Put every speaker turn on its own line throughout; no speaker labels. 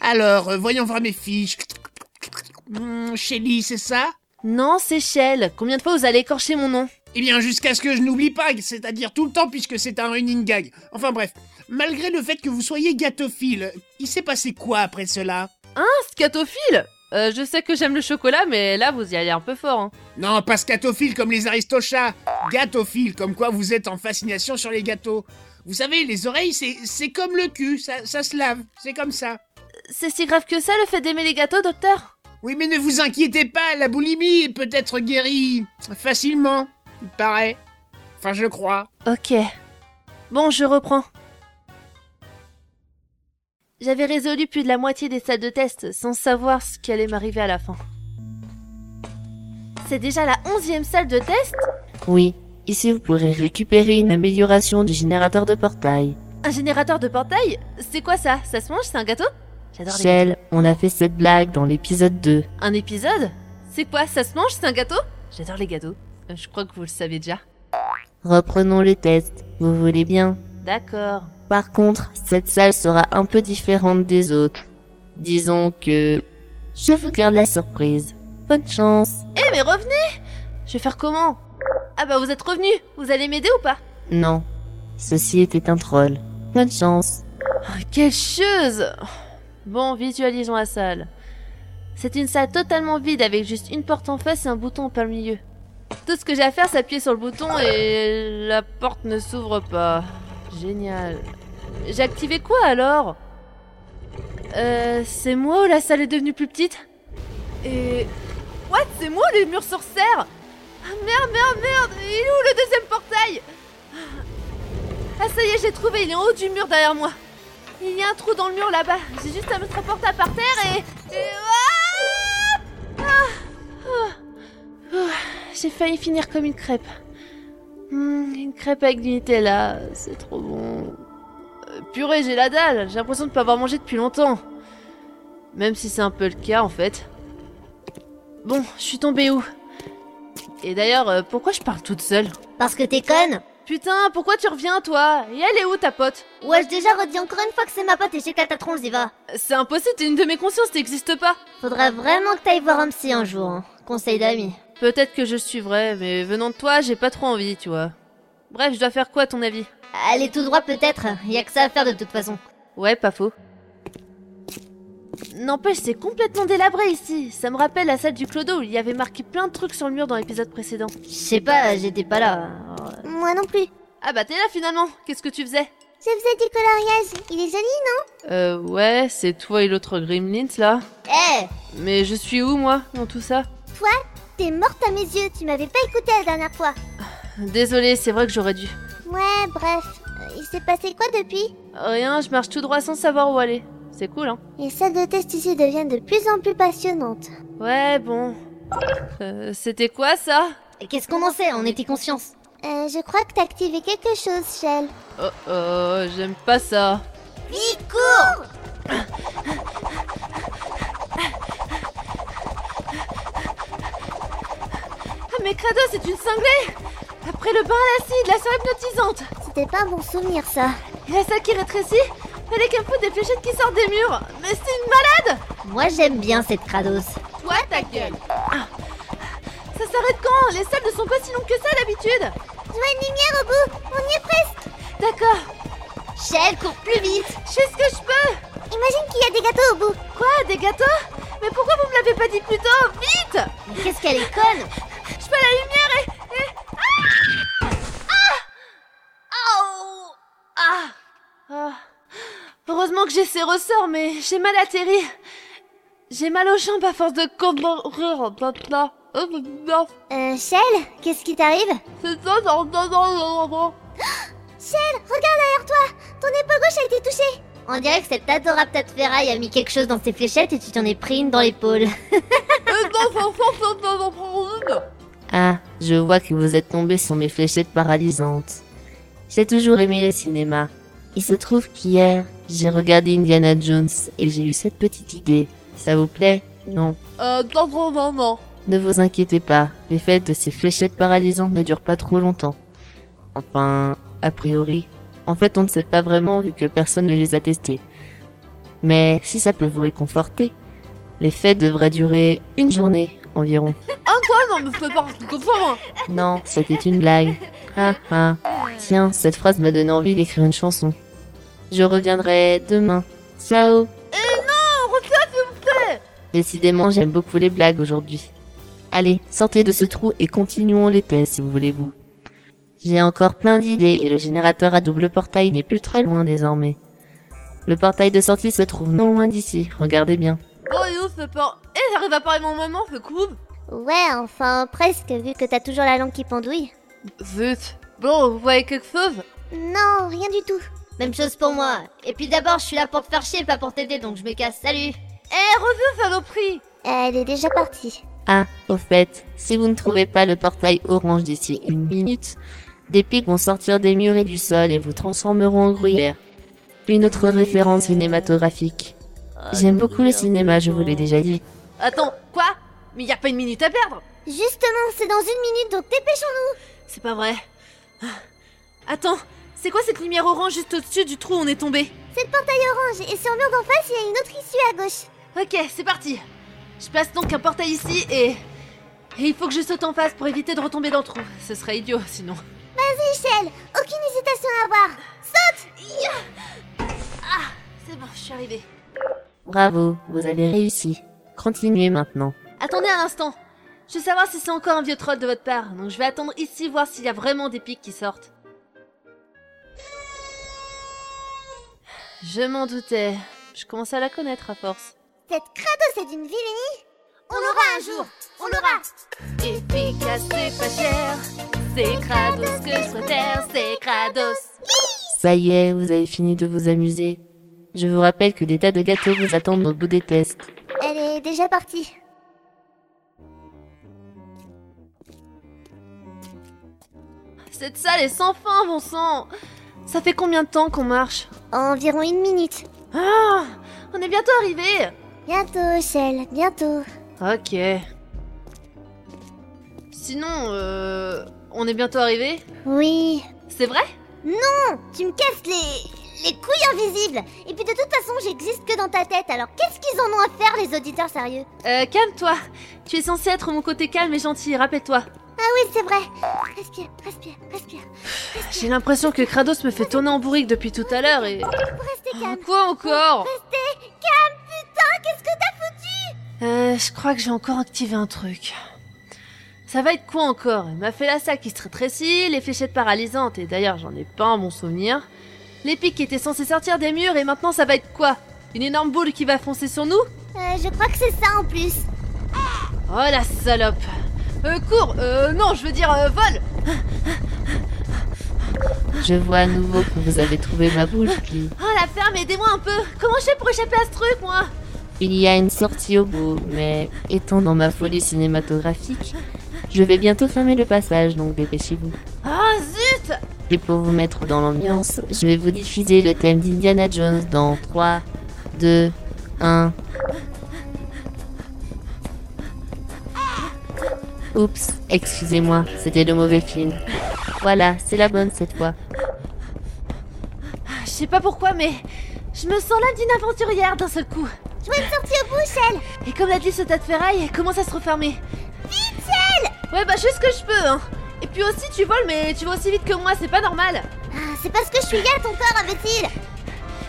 Alors, euh, voyons voir mes fiches. Hmm, Shelly, c'est ça
Non, c'est Shell. Combien de fois vous allez écorcher mon nom
Eh bien, jusqu'à ce que je n'oublie pas, c'est-à-dire tout le temps, puisque c'est un running gag. Enfin bref, malgré le fait que vous soyez gâteophile, il s'est passé quoi après cela
Ah, Scatophile euh, Je sais que j'aime le chocolat, mais là, vous y allez un peu fort. Hein.
Non, pas scatophile comme les aristochats, gâtophile, comme quoi vous êtes en fascination sur les gâteaux. Vous savez, les oreilles, c'est c'est comme le cul, ça, ça se lave, c'est comme ça.
C'est si grave que ça, le fait d'aimer les gâteaux, docteur
Oui, mais ne vous inquiétez pas, la boulimie peut être guérie facilement, il paraît. Enfin, je crois.
Ok. Bon, je reprends. J'avais résolu plus de la moitié des salles de test sans savoir ce qui allait m'arriver à la fin. C'est déjà la onzième salle de test
Oui, ici vous pourrez récupérer une amélioration du générateur de portail.
Un générateur de portail C'est quoi ça Ça se mange C'est un gâteau J'adore les
Shell, on a fait cette blague dans l'épisode 2.
Un épisode C'est quoi Ça se mange C'est un gâteau J'adore les gâteaux. Euh, Je crois que vous le savez déjà.
Reprenons le test, vous voulez bien
D'accord.
Par contre, cette salle sera un peu différente des autres. Disons que... Je vous garde la surprise. Bonne chance.
Eh mais revenez Je vais faire comment Ah bah vous êtes revenu Vous allez m'aider ou pas
Non, ceci était un troll. Bonne chance.
Oh, Quelle chose Bon, visualisons la salle. C'est une salle totalement vide avec juste une porte en face et un bouton au plein milieu. Tout ce que j'ai à faire, c'est appuyer sur le bouton et la porte ne s'ouvre pas. Génial. J'ai activé quoi alors Euh, c'est moi ou la salle est devenue plus petite Et... What C'est moi ou les murs sur serre Ah, Merde, merde, merde Il est où le deuxième portail Ah ça y est, j'ai trouvé, il est en haut du mur derrière moi. Il y a un trou dans le mur là-bas. J'ai juste à mettre un portail par terre et. et- Ah Ah Ah Ouh, J'ai failli finir comme une crêpe. Hmm, une crêpe avec du Nutella, c'est trop bon. Euh, purée, j'ai la dalle. J'ai l'impression de ne pas avoir mangé depuis longtemps. Même si c'est un peu le cas en fait. Bon, je suis tombée où Et d'ailleurs, euh, pourquoi je parle toute seule
Parce que t'es conne
Putain, pourquoi tu reviens toi Et elle est où ta pote
Ouais, je déjà redis encore une fois que c'est ma pote et chez Catatron, Ziva.
Euh, C'est impossible, t'es une de mes consciences, t'existes pas.
Faudrait vraiment que t'ailles voir un psy un jour, hein. conseil d'amis.
Peut-être que je suis vrai, mais venant de toi, j'ai pas trop envie, tu vois. Bref, je dois faire quoi à ton avis
Allez tout droit peut-être, y a que ça à faire de toute façon.
Ouais, pas faux. N'empêche, c'est complètement délabré ici. Ça me rappelle la salle du clodo où il y avait marqué plein de trucs sur le mur dans l'épisode précédent.
Je sais pas, j'étais pas là. alors, euh.
Moi non plus.
Ah bah t'es là finalement, qu'est-ce que tu faisais
Je faisais du coloriage. Il est joli, non
Euh, ouais, c'est toi et l'autre Gremlins là.
Eh
Mais je suis où moi dans tout ça
T'es morte à mes yeux. Tu m'avais pas écouté la dernière fois.
Désolé, c'est vrai que j'aurais dû.
Ouais, bref. Euh, Il s'est passé quoi depuis
Rien, je marche tout droit sans savoir où aller. C'est cool, hein
Les salles de test ici deviennent de plus en plus passionnantes.
Ouais, bon. Euh, c'était quoi ça
Qu'est-ce qu'on en sait On était conscience.
Euh, je crois que t'as activé quelque chose, Shell.
Oh oh, j'aime pas ça.
Vite, cours
Ah, mais Crado, c'est une cinglée Après le bain à l'acide, la soirée hypnotisante
C'était pas un bon souvenir, ça.
Et la salle qui rétrécit Avec un peu des fléchettes qui sortent des murs Mais c'est une
Moi j'aime bien cette Kratos.
malade Toi, ta gueule Ah. Ça s'arrête quand Les salles ne sont pas si longues que ça d'habitude
Je vois une lumière au bout. On y est presque.
D'accord,
Shell, cours plus vite
je fais ce que je peux
Imagine qu'il y a des gâteaux au bout.
Quoi, des gâteaux Mais pourquoi vous me l'avez pas dit plus tôt Vite
Mais qu'est-ce qu'elle est conne
Je fais la lumière et... Ah Ah Heureusement que j'ai ces ressorts, mais j'ai mal atterri. J'ai mal aux jambes à force de courir.
Euh, Shell, qu'est-ce qui t'arrive
C'est ça, non, non, non, non, non.
Shell, regarde derrière toi. Ton épaule gauche a été touchée.
On dirait que cette adorable tas de ferraille a mis quelque chose dans ses fléchettes et tu t'en es pris une dans l'épaule.
Euh, non, non, non, non, non, non, non.
Ah, je vois que vous êtes tombé sur mes fléchettes paralysantes. J'ai toujours aimé le cinéma. Il se trouve qu'hier, j'ai regardé Indiana Jones et j'ai eu cette petite idée. Ça vous plaît Non.
Euh, non, non, non, non.
Ne vous inquiétez pas, l'effet de ces fléchettes paralysantes ne dure pas trop longtemps. Enfin, a priori. En fait, on ne sait pas vraiment vu que personne ne les a testées. Mais si ça peut vous réconforter, les fêtes devraient durer une journée environ.
Ah quoi Non, mais faut pas me confondre.
Non, c'était une blague. Ah ah. Tiens, cette phrase m'a donné envie d'écrire une chanson. Je reviendrai demain. Ciao. Décidément, j'aime beaucoup les blagues aujourd'hui. Allez, sortez de ce trou et continuons les tests si vous voulez vous. J'ai encore plein d'idées et le générateur à double portail n'est plus très loin désormais. Le portail de sortie se trouve non loin d'ici, regardez bien.
Oh, et ouf, pas. Eh, j'arrive à parler mon maman, feu coupe.
Ouais, enfin, presque, vu que t'as toujours la langue qui pendouille.
Zut. Bon, vous voyez quelque chose
Non, rien du tout.
Même chose pour moi. Et puis d'abord, je suis là pour te faire chier, pas pour t'aider, donc je me casse. Salut
Eh, reviens, saloperie.
Elle est déjà partie.
Ah, au fait, si vous ne trouvez pas le portail orange d'ici une minute, des pics vont sortir des murs et du sol et vous transformeront en gruyère. Une autre référence cinématographique. J'aime beaucoup le cinéma, je vous l'ai déjà dit.
Attends, quoi Mais y a pas une minute à perdre.
Justement, c'est dans une minute, donc dépêchons-nous.
C'est pas vrai. Ah. Attends, c'est quoi cette lumière orange juste au-dessus du trou où on est tombé
C'est le portail orange, et sur le mur d'en face, il y a une autre issue à gauche.
Ok, c'est parti. Je place donc un portail ici et... Et il faut que je saute en face pour éviter de retomber dans le trou. Ce serait idiot sinon.
Michel, aucune hésitation à avoir.
C'est bon, je suis arrivée.
Bravo, vous avez réussi. Continuez maintenant.
Attendez un instant. Je veux savoir si c'est encore un vieux troll de votre part, donc je vais attendre ici voir s'il y a vraiment des pics qui sortent. Je m'en doutais. Je commence à la connaître à force.
Cette crado, c'est d'une vilénie. On l'aura un jour, on l'aura.
Efficace, c'est pas cher. C'est Kratos que je préfère, c'est Kratos.
Ça y est, vous avez fini de vous amuser. Je vous rappelle que des tas de gâteaux vous attendent au bout des tests.
Elle est déjà partie.
Cette salle est sans fin, bon sang. Ça fait combien de temps qu'on marche
Environ une minute.
Ah, on est bientôt arrivé.
Bientôt, Shell, bientôt.
Ok. Sinon, euh, on est bientôt arrivé.
Oui.
C'est vrai
Tu me casses les... les couilles invisibles Et puis de toute façon, j'existe que dans ta tête, alors qu'est-ce qu'ils en ont à faire, les auditeurs sérieux
Euh, calme-toi. Tu es censé être mon côté calme et gentil, rappelle-toi.
Oui, c'est vrai Respire, respire, respire.
J'ai l'impression que Kratos me fait tourner en bourrique depuis tout à l'heure et...
Restez
Ah,
calme.
Quoi encore
Putain, qu'est-ce que t'as
Euh, je crois que j'ai encore activé un truc. Ça va être quoi encore Il m'a fait la salle qui se rétrécit, les fléchettes paralysantes, et d'ailleurs j'en ai pas un bon souvenir. Les pics qui étaient censés sortir des murs, et maintenant ça va être quoi Une énorme boule qui va foncer sur nous
Euh, je crois que c'est ça en plus.
Oh la salope Euh, cours Euh, non, je veux dire, euh, vol
Je vois à nouveau que vous avez trouvé ma boule qui...
Oh la ferme, aidez-moi un peu Comment je fais pour échapper à ce truc, moi
Il y a une sortie au bout, mais étant dans ma folie cinématographique, je vais bientôt fermer le passage, donc dépêchez-vous.
Ah zut
Et pour vous mettre dans l'ambiance, je vais vous diffuser le thème d'Indiana Jones dans 3, 2, 1. Oups, excusez-moi, c'était le mauvais film. Voilà, c'est la bonne cette fois.
Je sais pas pourquoi, mais je me sens là d'une aventurière d'un seul coup.
Je vois une sortie au bout, Shell
Et comme l'a dit ce tas de ferraille, elle commence à se refermer. Vite, Ouais, bah, je fais ce que je peux, hein Et puis aussi, tu voles, mais tu vas aussi vite que moi, c'est pas normal
Ah, c'est parce que je suis là, ton corps, avait-il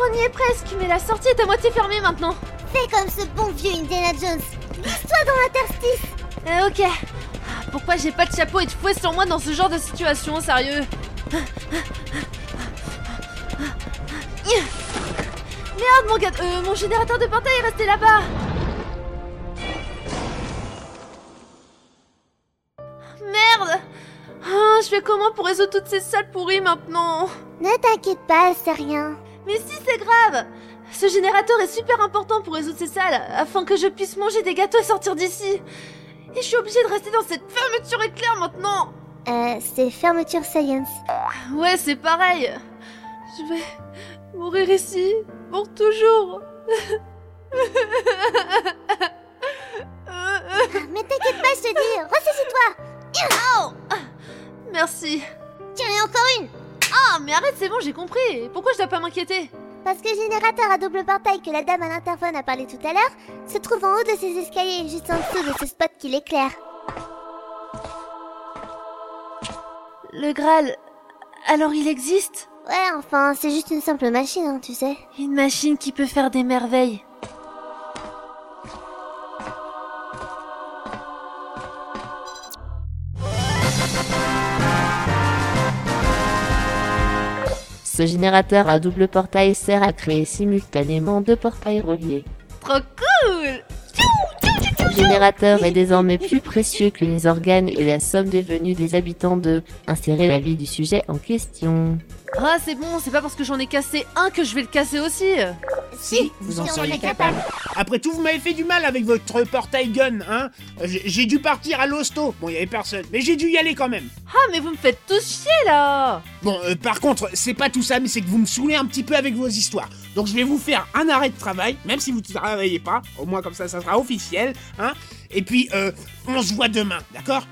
On y est presque, mais la sortie est à moitié fermée maintenant
Fais comme ce bon vieux Indiana Jones Glisse-toi dans l'interstice
Euh, ok. Pourquoi j'ai pas de chapeau et de fouet sur moi dans ce genre de situation, sérieux Merde, mon, gâte- euh, mon générateur de portail est resté là-bas Merde Ah, Je fais comment pour résoudre toutes ces salles pourries maintenant
Ne t'inquiète pas, c'est rien.
Mais si, c'est grave Ce générateur est super important pour résoudre ces salles, afin que je puisse manger des gâteaux et sortir d'ici Et je suis obligée de rester dans cette fermeture éclair maintenant
Euh, c'est fermeture science.
Ouais, c'est pareil. Je vais mourir ici pour toujours.
Ah, Mais t'inquiète pas, je te dis, ressaisis-toi
Merci.
Tiens, et encore une
Ah, mais arrête, c'est bon, j'ai compris. Pourquoi je dois pas m'inquiéter
Parce que le générateur à double portail que la dame à l'interphone a parlé tout à l'heure se trouve en haut de ces escaliers, juste en dessous de ce spot qui l'éclaire.
Le Graal. Alors il existe
Ouais, enfin, c'est juste une simple machine, hein, tu sais.
Une machine qui peut faire des merveilles.
Ce générateur à double portail sert à créer simultanément deux portails reliés.
Trop cool
Le générateur est désormais plus précieux que les organes et la somme des venues des habitants de insérer la vie du sujet en question.
Ah c'est bon, c'est pas parce que j'en ai cassé un que je vais le casser aussi Ah,
Si,
vous en
on
seriez
est
capable.
Après tout, vous m'avez fait du mal avec votre portail gun, hein Euh, J'ai j'ai dû partir à l'hosto. Bon, il y avait personne, mais j'ai dû y aller quand même.
Ah mais vous me faites tous chier là
Bon, euh, par contre, c'est pas tout ça, mais c'est que vous me saoulez un petit peu avec vos histoires. Donc je vais vous faire un arrêt de travail, même si vous ne travaillez pas. Au moins comme ça, ça sera officiel, hein Et puis, euh, on se voit demain, d'accord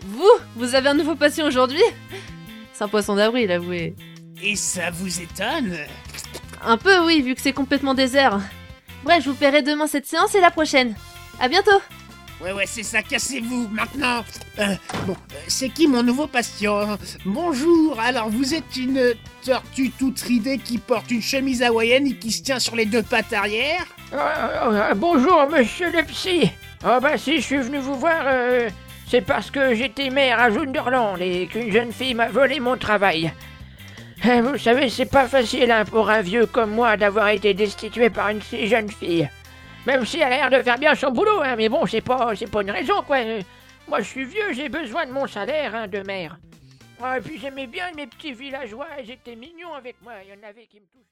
Vous, vous avez un nouveau patient aujourd'hui C'est un poisson d'avril, avouez.
Et ça vous étonne
Un peu oui, vu que c'est complètement désert. Bref, je vous paierai demain cette séance et la prochaine. À bientôt
Ouais, ouais, c'est ça, cassez-vous, maintenant Euh, Bon, euh, c'est qui mon nouveau patient Bonjour, alors vous êtes une tortue toute ridée qui porte une chemise hawaïenne et qui se tient sur les deux pattes arrière
Ah, ah, ah, bonjour, monsieur le psy. Ah bah si je suis venu vous voir, euh, c'est parce que j'étais maire à Zunderland et qu'une jeune fille m'a volé mon travail. Eh, Vous savez, c'est pas facile hein, pour un vieux comme moi d'avoir été destitué par une si jeune fille. Même si elle a l'air de faire bien son boulot, hein, mais bon, c'est pas, c'est pas une raison, quoi. Euh, Moi, je suis vieux, j'ai besoin de mon salaire hein, de maire. Ah, et puis j'aimais bien mes petits villageois, ils étaient mignons avec moi, il y en avait qui me touchaient.